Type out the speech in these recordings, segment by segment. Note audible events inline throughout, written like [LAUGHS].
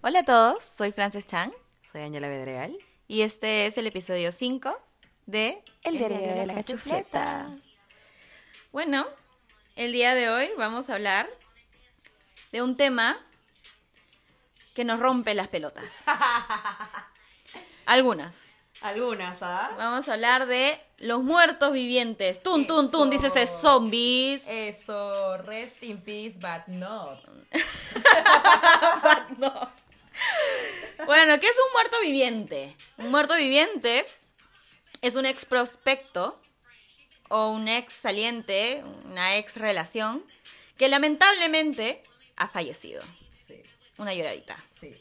Hola a todos, soy Frances Chan Soy Ángela Bedreal. y este es el episodio 5 de El diario de la cachufleta. Bueno, el día de hoy vamos a hablar de un tema que nos rompe las [LAUGHS] pelotas. Algunas. Algunas, ¿ah? Vamos a hablar de los muertos vivientes. Tun, tun, tun, dices es zombies. Eh, Eso, rest in peace, but not. Bueno, ¿qué es un muerto viviente? Un muerto viviente es un ex prospecto o un ex saliente, una ex relación, que lamentablemente ha fallecido. Sí, Una lloradita. sí.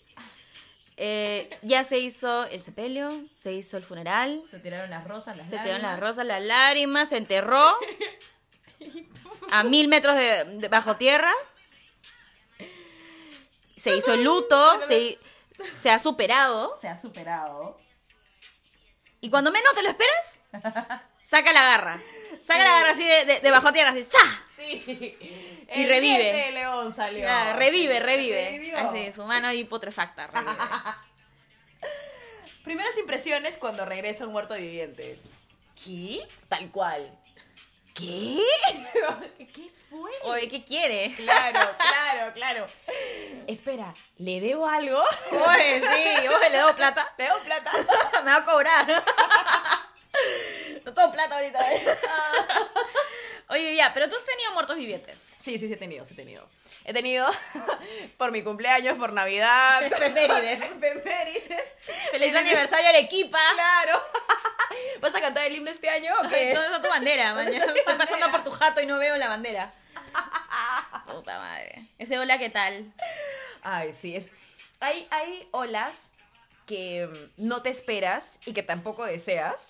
Eh, ya se hizo el sepelio, se hizo el funeral, Se tiraron las rosas, las se tiraron las rosas, las lágrimas, se enterró a mil metros de, de- bajo tierra. Se hizo el luto, se, se ha superado. Se ha superado. Y cuando menos te lo esperas, saca la garra. Saca la garra así de, de- de bajo tierra, así, ¡za! [LAUGHS] Sí. Y revive. diente de león salió. Ya, revive, revive. Revivió. Así, su mano y putrefacta, revive. Primeras impresiones cuando regresa un muerto viviente. ¿Qué? Tal cual. [LAUGHS] ¿Qué? ¿Qué fue? Oye, ¿qué quiere? [LAUGHS] Claro, claro, claro. Espera, ¿le debo algo? Oye, sí, oye, le doy plata. [LAUGHS] ¿Le debo plata? Me va a cobrar. No tengo plata ahorita. ¿eh? Oye, ya, pero tú has tenido muertos vivientes. [LAUGHS] Sí, sí, sí he tenido, sí he tenido. He tenido [LAUGHS] por mi cumpleaños, por [LAUGHS] Navidad. Efemérides. Efemérides. Feliz aniversario Arequipa. [LAUGHS] Claro. ¿Vas a cantar el himno este año o qué? Todo eso tu bandera, mañana. Estoy pasando por tu jato y no veo la bandera. Puta madre. Ese hola, ¿qué tal? Ay, sí, es... Hay, hay olas que mm, no te esperas y que tampoco deseas.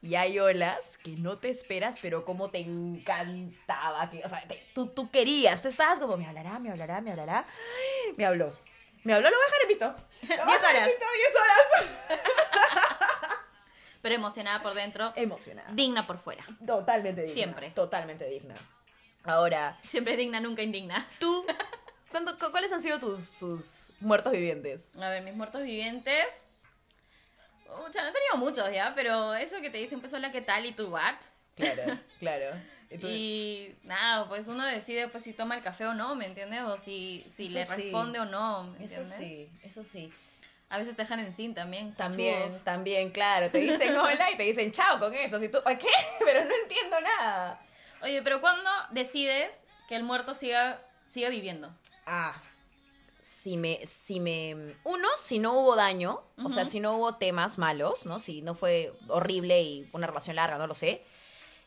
Y hay olas que no te esperas, pero como te encantaba. Que, o sea, te- tú, tú querías, tú estabas como, me hablará, me hablará, me hablará. Ay, Me habló. Me habló, lo voy a dejar en visto. Lo voy a Diez dejar en horas. visto, Diez horas. Pero emocionada por dentro, Emocionada. digna por fuera. Totalmente digna. Siempre. Totalmente digna. Ahora, Siempre digna, nunca indigna. tú, ¿cuándo- cu- ¿cuáles han sido tus, tus muertos vivientes? A ver, mis muertos vivientes. O sea, no he tenido muchos ya, pero eso que te dicen, pues hola, ¿qué tal? Y tu Bart. [LAUGHS] Claro, claro. Y tú- Y nada, pues uno decide pues si toma el café o no, ¿me entiendes? O si, si Eso le sí. responde o no, ¿me eso entiendes? sí, eso sí. A veces te dejan en sin también. También, cochudos. también, claro. Te dicen hola y te dicen chao con eso. Y tú, ¿para qué? [LAUGHS] Pero no entiendo nada. Oye, pero ¿cuándo decides que el muerto siga, siga viviendo? Ah. Si me, si me. Uno, si no hubo daño, o sea, si no hubo temas malos, ¿no? Si no fue horrible y una relación larga, no lo sé.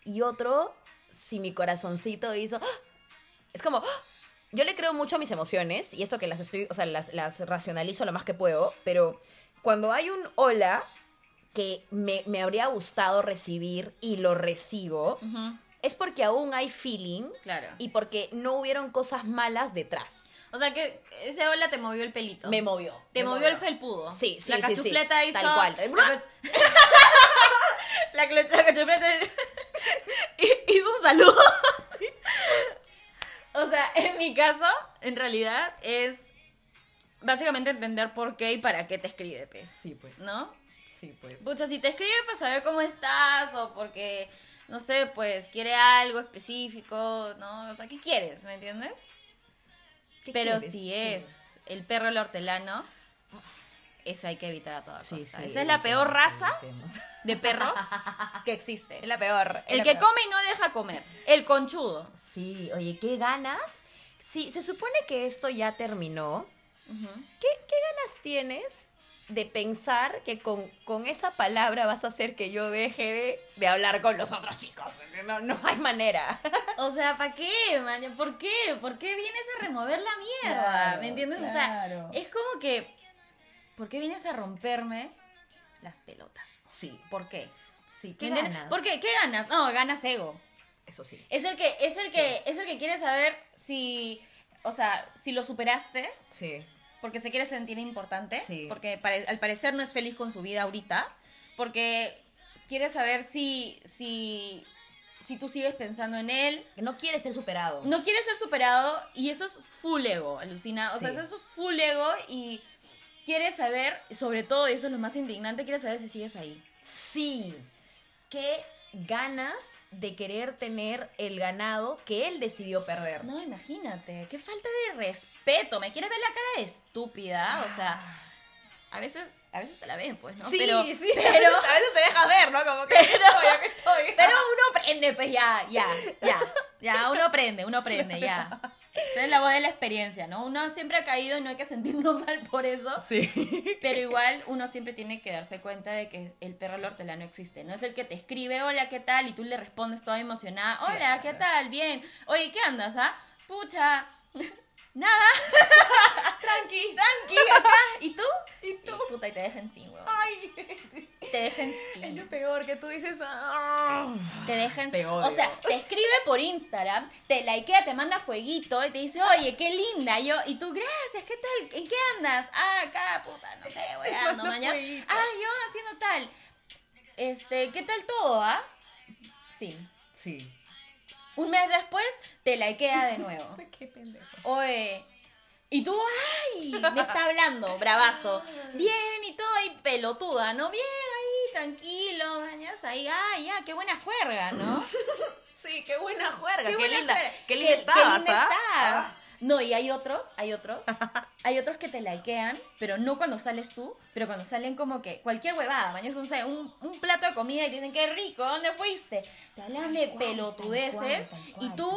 Y otro, si mi corazoncito hizo. ¡Ah! Es como. ¡ah! Yo le creo mucho a mis emociones y esto que las estoy. O sea, las, las racionalizo lo más que puedo, pero cuando hay un hola que me, me habría gustado recibir y lo recibo, es porque aún hay feeling Claro. y porque no hubieron cosas malas detrás. O sea, que ese ola te movió el pelito. Me movió. Te me movió el felpudo. Sí, sí, La sí, sí. cachufleta hizo. Tal cual. La, ca- la cachufleta [LAUGHS] hizo un saludo. [LAUGHS] O sea, en mi caso, en realidad, es básicamente entender por qué y para qué te escribe, pues. Sí, pues. ¿No? Sí, pues. Pucha, si te escribe para saber cómo estás o porque, no sé, pues quiere algo específico, ¿no? O sea, ¿qué quieres? ¿Me entiendes? Pero si es el perro el hortelano, esa hay que evitar a toda Sí, costa. sí, esa es la peor evitemos, raza evitemos. de perros [LAUGHS] que existe. Es la peor. El que come y no deja comer. El conchudo. Sí, oye, qué ganas. Sí, se supone que esto ya terminó. ¿Qué, qué ganas tienes de pensar que con, con esa palabra vas a hacer que yo deje de, de hablar con los otros chicos? No, no hay manera. [LAUGHS] O sea, ¿para qué, man? ¿Por qué? ¿Por qué vienes a remover la mierda? Claro, ¿Me entiendes? claro. O sea, es como que. ¿Por qué vienes a romperme las pelotas? Sí, ¿Por qué? sí, ¿Me entiendes? ¿Por qué? ¿Qué ganas? No, ganas ego. Eso sí. Es el que, es el que, es el que quiere saber si. O sea, si lo superaste, Sí. porque se quiere sentir importante, Sí. porque pare- al parecer no es feliz con su vida ahorita, porque quiere saber si, si, si si tú sigues pensando en él. Que no quiere ser superado. No quiere ser superado y eso es full ego, alucina. O sea, Sí. eso es full ego y quiere saber, sobre todo, y eso es lo más indignante, quiere saber si sigues ahí. Sí. Qué ganas de querer tener el ganado que él decidió perder. No, imagínate, qué falta de respeto. ¿Me quieres ver la cara de estúpida? O sea, a veces, a veces te la ven, pues, ¿no? pero, Pero a veces te dejas ver, ¿no? Como que pero, que estoy. Pero uno aprende, pues ya, ya, ya. Ya, uno aprende, uno aprende, ya. [LAUGHS] Esa es la voz de la experiencia, ¿no? Uno siempre ha caído y no hay que sentirnos [LAUGHS] mal por eso. Sí. Pero igual uno siempre tiene que darse cuenta de que el perro del hortelano existe. No es el que te escribe, hola, ¿qué tal? Y tú le respondes toda emocionada, hola, ¿qué tal? Bien. Oye, ¿qué andas, ah? Pucha. [LAUGHS] Nada. tranqui. Tranqui, acá. ¿Y tú? ¿Y tú? puta, y te dejan sin, huevón. [LAUGHS] Ay, Te dejan es sin. lo peor que tú dices. "Ah". Te deja en- Te odio. O sea, te escribe por Instagram, te likea, te manda fueguito y te dice, oye, qué linda. Yo, y tú, gracias, ¿qué tal? ¿En qué andas? Ah, acá, puta, [LAUGHS] no sé, weá, no manda mañana. fueguito. Ah, yo haciendo tal. Este, ¿qué tal todo, ah? Sí. Sí. Un mes después, te likea de [LAUGHS] nuevo. Qué pendejo. Oye. Y tú, ay, me está hablando, [LAUGHS] bravazo. Bien y todo, y pelotuda, ¿no? Bien ahí, tranquilo, mañas ahí, ay, ya, qué buena juerga, ¿no? Sí, qué buena juerga. Qué, buena linda. espera. Qué linda estabas, qué linda ¿ah? estás. No, y hay otros, hay [LAUGHS] otros, hay otros que te likean, pero no cuando sales tú, pero cuando salen como que cualquier huevada, mañana son, o sea, un, un plato de comida y dicen, qué rico, ¿dónde fuiste? Te hablan de pelotudeces y tú,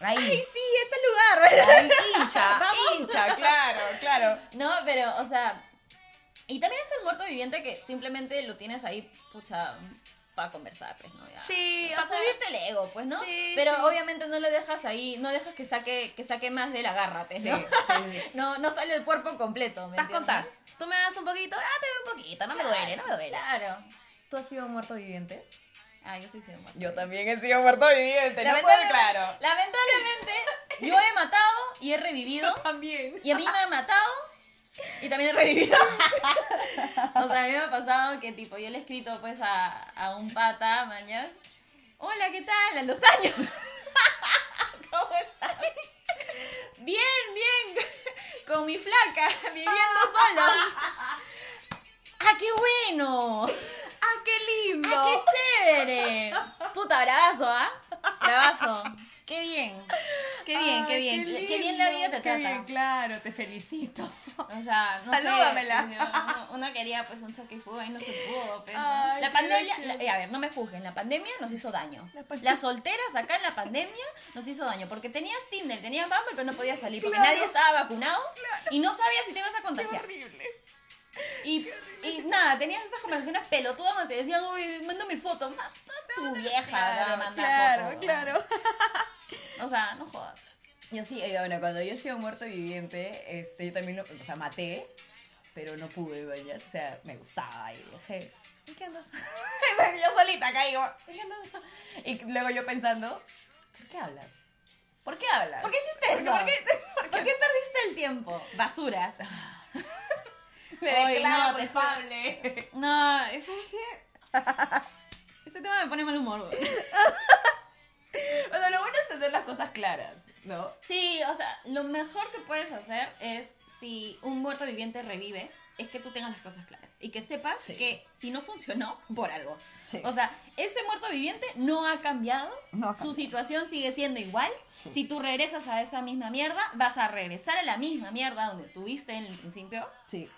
Ahí. ay, sí, este lugar, [LAUGHS] Ahí, hincha, Vamos. hincha, claro, claro. No, pero, o sea, y también está el muerto viviente que simplemente lo tienes ahí, pucha, para conversar, pues, ¿no? Ya. Sí, Para o sea, subirte el ego, pues, ¿no? sí, Pero sí. obviamente no lo dejas ahí, no dejas que saque, que saque más de la garra, pues, ¿no? Sí, sí, sí. [LAUGHS] no, no sale el cuerpo completo, ¿me Estás con entiendes? tas. Tú me das un poquito, ah, te doy un poquito, no me duele, no me duele. Claro. ¿Tú has sido muerto viviente? Ah, yo sí soy muerto. Yo también he sido muerto viviente, no puedo, claro. lamentablemente, yo he matado y he [LAUGHS] revivido. también. Y a mí me ha matado y también he revivido. [LAUGHS] o sea, a mí me ha pasado que tipo, yo le he escrito pues a, a un pata, mañas, hola, ¿qué tal? A los años. [LAUGHS] ¿Cómo estás? Bien, bien. Con mi flaca, viviendo solos. ¡Ah, qué bueno! ¡Ah, qué lindo! ¡Ah, qué chévere! Puta, bravazo, ¿ah? Bravazo. Qué bien. Qué bien, qué Ay, bien. Qué, bien la vida te trata. lindo, Qué bien, claro, te felicito. O sea, no Salúdamela. sé. Uno, uno quería pues un choque y fuga y no se pudo. pero Ay, la qué pandemia, gracioso. la- eh, a ver, no me juzguen, la pandemia nos hizo daño. La pandemia. Las solteras acá en la pandemia nos hizo daño porque tenías Tinder, tenías Bumble, pero no podías salir porque Claro. nadie estaba vacunado y no sabías si te ibas a contagiar. horrible. Y, y nada, tenías esas conversaciones pelotudas donde te decían, uy, manda mi foto. Ma, tu vieja te va a Claro, mandar claro, foto. claro. O sea, no jodas. Yo sí, eh, bueno, cuando yo he sido muerto viviente, este, yo también, lo- o sea, maté, pero no pude, vaya, o sea, me gustaba y dije, ¿y qué andas? [LAUGHS] yo solita caigo, ¿y qué andas? Y luego yo pensando, ¿por qué hablas? ¿Por qué hablas? ¿Por qué hiciste eso? ¿Por qué? [LAUGHS] ¿Por qué perdiste el tiempo? Basuras. Me Ay, declaro no, te juro. culpable. No, eso es que. [LAUGHS] Este tema me pone mal humor, güey. O sea, lo bueno es tener las cosas claras, ¿no? Sí, o sea, lo mejor que puedes hacer es si un muerto viviente revive, es que tú tengas las cosas claras y que sepas Sí. que si no funcionó, [LAUGHS] por algo. Sí. O sea, ese muerto viviente no ha cambiado, No ha su cambiado. situación sigue siendo igual. Si tú regresas a esa misma mierda, vas a regresar a la misma mierda donde tuviste en el principio. Sí.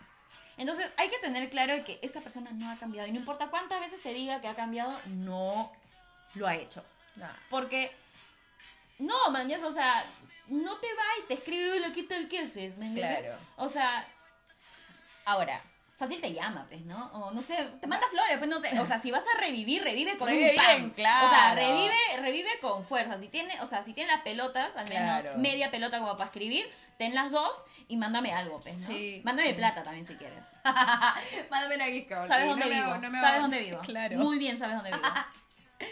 Entonces hay que tener claro que esa persona no ha cambiado. Y no importa cuántas veces te diga que ha cambiado, no lo ha hecho. Porque, no, man, ya, o sea, no te va y te escribe, "Hola, ¿qué tal? ¿Qué haces? ¿Me entiendes? Claro. O sea, ahora, fácil te llama, pues, ¿no? O no sé, te manda flores, pues, no sé. O sea, si vas a revivir, revive con Revive un pan. bien, claro. O sea, revive, revive con fuerza. Si tiene, o sea, si tiene las pelotas, al menos Claro. media pelota como para escribir, ten las dos y mándame algo, pues, ¿no? Sí. Mándame plata también si quieres. Mándame una guisca. Sabes no dónde me vivo. hago- no me sabes hago- dónde vivo. [LAUGHS] Claro. Muy bien sabes dónde vivo. [LAUGHS]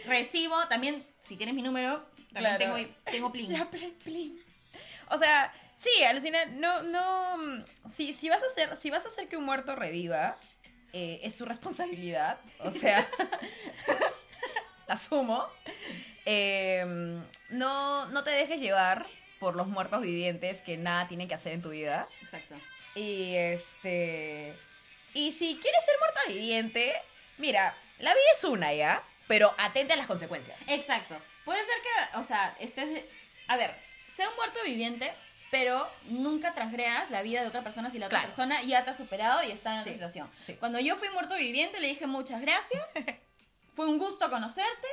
Recibo, también, si tienes mi número, también Claro. tengo, tengo pling. Ya, plin, plin. O sea, sí, alucina, no, no, mm, si, si vas a hacer, si vas a hacer que un muerto reviva, eh, es tu responsabilidad, o sea, [LAUGHS] la asumo. Eh, no, no te dejes llevar por los muertos vivientes que nada tienen que hacer en tu vida. Exacto. Y este. Y si quieres ser muerta viviente, mira, la vida es una ya, pero atente a las consecuencias. Exacto. Puede ser que, o sea, estés. A ver, sea un muerto viviente, pero nunca transgredas la vida de otra persona si la otra Claro. persona ya te ha superado y está en Sí, otra situación. sí. Cuando yo fui muerto viviente, le dije muchas [LAUGHS] gracias. Fue un gusto conocerte.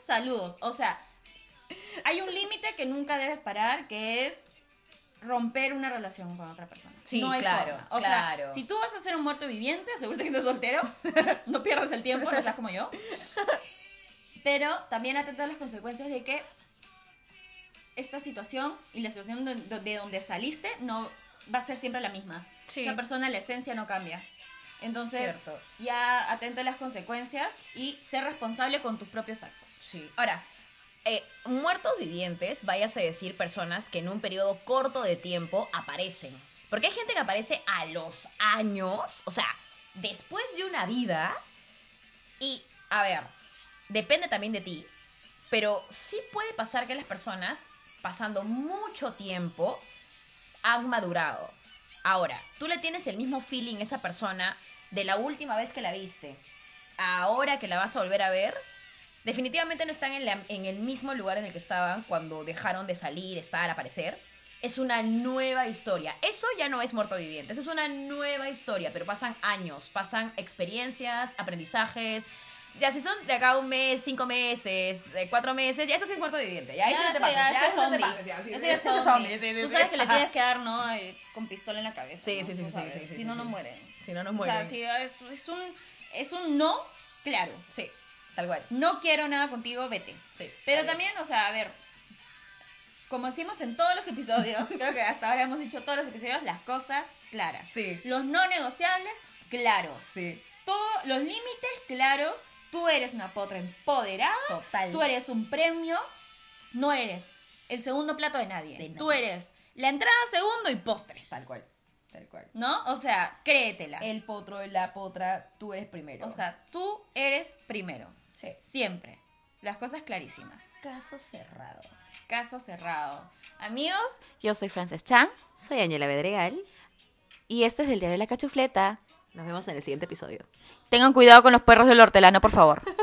Saludos. O sea, hay un límite que nunca debes parar, que es romper una relación con otra persona. Sí, no hay claro, forma. O claro. sea, si tú vas a ser un muerto viviente, asegúrate que seas soltero. [LAUGHS] no pierdas el tiempo, no seas como yo. Pero también atenta a las consecuencias de que esta situación y la situación de, de donde saliste no va a ser siempre la misma. Sí. Esa persona, la esencia no cambia. Entonces, Cierto. ya atenta a las consecuencias y ser responsable con tus propios actos. Sí. Ahora, eh, muertos vivientes, váyase a decir personas que en un periodo corto de tiempo aparecen. Porque hay gente que aparece a los años, o sea, después de una vida. Y, a ver, depende también de ti. Pero sí puede pasar que las personas, pasando mucho tiempo, han madurado. Ahora, tú le tienes el mismo feeling a esa persona de la última vez que la viste. Ahora que la vas a volver a ver, definitivamente no están en, la- en el mismo lugar en el que estaban cuando dejaron de salir, estar, aparecer. Es una nueva historia. Eso ya no es muerto viviente, eso es una nueva historia, pero pasan años, pasan experiencias, aprendizajes. Ya si son de acá a un mes, cinco meses, eh, cuatro meses, ya eso sí es muerto viviente. Ya, eso no te ese- pases, ya, ese eso no te zombie. pases, ya, sí, Ese sí, ya es ese es zombie. zombie, sí, sí, Tú sí. sabes que le Ajá. tienes que dar, ¿no? Eh, Con pistola en la cabeza. Sí, ¿no? sí, sí, Tú sí, sí, sabes, sí, sí, Si sí, no, sí. no mueren. Si no, no O mueren. sea, si es, es un, es un no, claro. Sí, tal cual. No quiero nada contigo, vete. Sí, Pero adiós. también, o sea, a ver, como decimos en todos los episodios, [LAUGHS] creo que hasta ahora hemos dicho todos los episodios, las cosas claras. Sí. Los no negociables, claros. Sí. Todos los límites claros. Tú eres una potra empoderada. Total. Tú eres un premio. No eres el segundo plato de nadie. De Tú eres la entrada, segundo y postre. Tal cual. Tal cual. ¿No? O sea, créetela. El potro, la potra, tú eres primero. O sea, tú eres primero. Sí. Siempre. Las cosas clarísimas. caso cerrado. Caso cerrado. Amigos, Yo soy Frances Chan. Soy Angela Bedregal. Y este es el diario de la cachufleta. Nos vemos en el siguiente episodio. tengan cuidado con los perros del hortelano, por favor.